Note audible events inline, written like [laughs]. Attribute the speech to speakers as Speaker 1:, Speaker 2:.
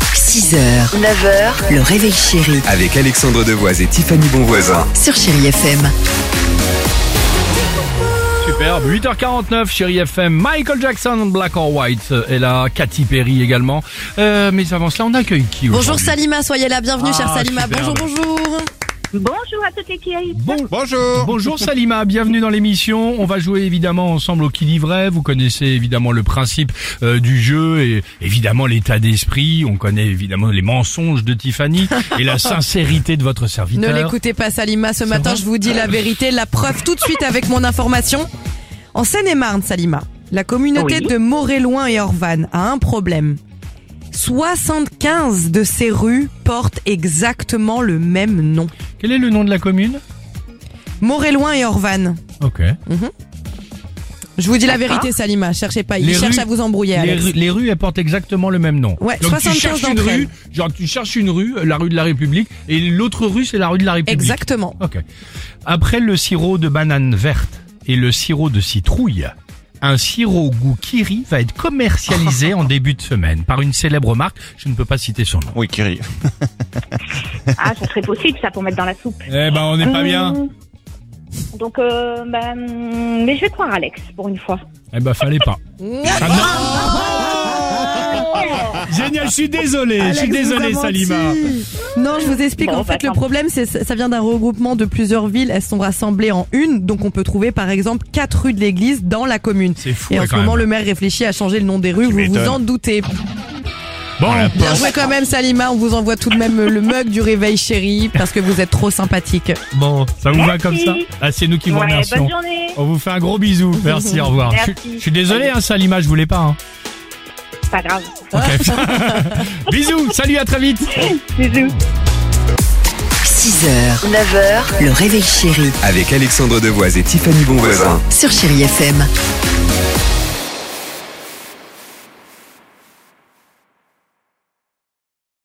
Speaker 1: 6h, 9h, le réveil chéri
Speaker 2: Avec Alexandre Devoise et Tiffany Bonvoisin.
Speaker 1: sur Chéri FM.
Speaker 3: Superbe. 8h49, chérie FM. Michael Jackson, Black or White euh, est là. Katy Perry également. Euh, mais avant cela, on accueille qui
Speaker 4: Bonjour
Speaker 3: aujourd'hui
Speaker 4: Salima, soyez la bienvenue,
Speaker 3: Ah,
Speaker 4: chère Salima.
Speaker 3: superbe.
Speaker 4: Bonjour, bonjour.
Speaker 5: Bonjour à toute l'équipe.
Speaker 3: Bonjour. Bonjour Salima, bienvenue dans l'émission. On va jouer évidemment ensemble au qui dit vrai. Vous connaissez évidemment le principe euh, du jeu et évidemment l'état d'esprit. On connaît évidemment les mensonges de Tiffany et
Speaker 4: [laughs]
Speaker 3: la sincérité de votre
Speaker 4: Ne
Speaker 3: serviteur.
Speaker 4: l'écoutez pas Salima, ce matin
Speaker 3: vrai
Speaker 4: je vous dis la vérité, la preuve tout de suite avec mon information. En Seine-et-Marne, Salima, la communauté
Speaker 5: Oui.
Speaker 4: de Moréloin et Orvan a un problème. 75 de ces rues portent exactement le même nom.
Speaker 3: Quel est le nom de la commune
Speaker 4: Moréloin et Orvan.
Speaker 3: Ok.
Speaker 4: Je vous dis la vérité Salima, cherchez pas,
Speaker 3: Les
Speaker 4: ils cherchent
Speaker 3: rues-
Speaker 4: à vous embrouiller
Speaker 3: Les,
Speaker 4: Alex.
Speaker 3: rues- les rues, elles portent exactement le même nom.
Speaker 4: Ouais,
Speaker 3: Donc
Speaker 4: 75
Speaker 3: tu cherches une
Speaker 4: d'entre
Speaker 3: rue,
Speaker 4: elles.
Speaker 3: genre tu cherches une rue, la rue de la République, et l'autre rue c'est la rue de la République.
Speaker 4: Exactement.
Speaker 3: Ok. Après le sirop de banane verte et le sirop de citrouille, un sirop goût Kiri va être commercialisé
Speaker 4: [laughs]
Speaker 3: en début de semaine par une célèbre marque. Je ne peux pas citer son nom.
Speaker 6: Oui, Kiri.
Speaker 5: Ah, ça serait possible ça pour mettre dans la soupe.
Speaker 3: Eh ben, on n'est [laughs] pas bien.
Speaker 5: Hum. Donc, euh, bah, hum, mais je vais croire Alex pour une fois.
Speaker 3: Eh ben, fallait pas. Ah
Speaker 4: [laughs]
Speaker 3: non. Génial, je suis désolé, je suis
Speaker 4: Alex vous
Speaker 3: désolé,
Speaker 4: a menti.
Speaker 3: Salima.
Speaker 4: Non, je vous explique.
Speaker 5: Bon,
Speaker 4: en
Speaker 5: bah,
Speaker 4: fait, le
Speaker 5: tant
Speaker 4: problème, c'est ça vient d'un regroupement de plusieurs villes. Elles sont rassemblées en une, donc on peut trouver par exemple quatre rues de l'église dans la commune.
Speaker 3: C'est fou,
Speaker 4: Et
Speaker 3: hein,
Speaker 4: en ce
Speaker 3: quand
Speaker 4: moment,
Speaker 3: même. Ah,
Speaker 4: le maire réfléchit à changer le nom des rues.
Speaker 6: Tu
Speaker 4: Vous vous
Speaker 6: m'étonnes.
Speaker 4: en doutez.
Speaker 3: Bon,
Speaker 4: Bien joué quand même, Salima. On vous envoie tout de même le mug du réveil, chéri, parce que vous êtes trop sympathique.
Speaker 3: bon, ça vous va
Speaker 5: Merci.
Speaker 3: comme ça Ah, c'est nous qui vous
Speaker 5: Ouais,
Speaker 3: remercions.
Speaker 5: bonne journée.
Speaker 3: On vous fait un gros bisou. Merci, au revoir.
Speaker 5: Merci.
Speaker 3: Je, je suis désolé, hein, Salima, je voulais pas. hein.
Speaker 5: Pas grave.
Speaker 3: Bisous, salut, à très vite.
Speaker 5: Bisous.
Speaker 1: 6h, 9h, le réveil chéri
Speaker 2: Avec Alexandre Devoise et Tiffany Bonvoisin.
Speaker 1: sur Chéri FM.